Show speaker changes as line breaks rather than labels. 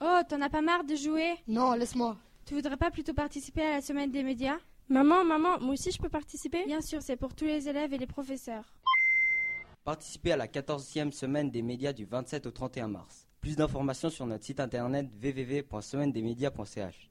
Oh, t'en as pas marre de jouer
Non, laisse-moi.
Tu voudrais pas plutôt participer à la semaine des médias
Maman, maman, moi aussi je peux participer
Bien sûr, c'est pour tous les élèves et les professeurs.
Participez à la 14e semaine des médias du 27 au 31 mars. Plus d'informations sur notre site internet www.semainedesmedias.ch.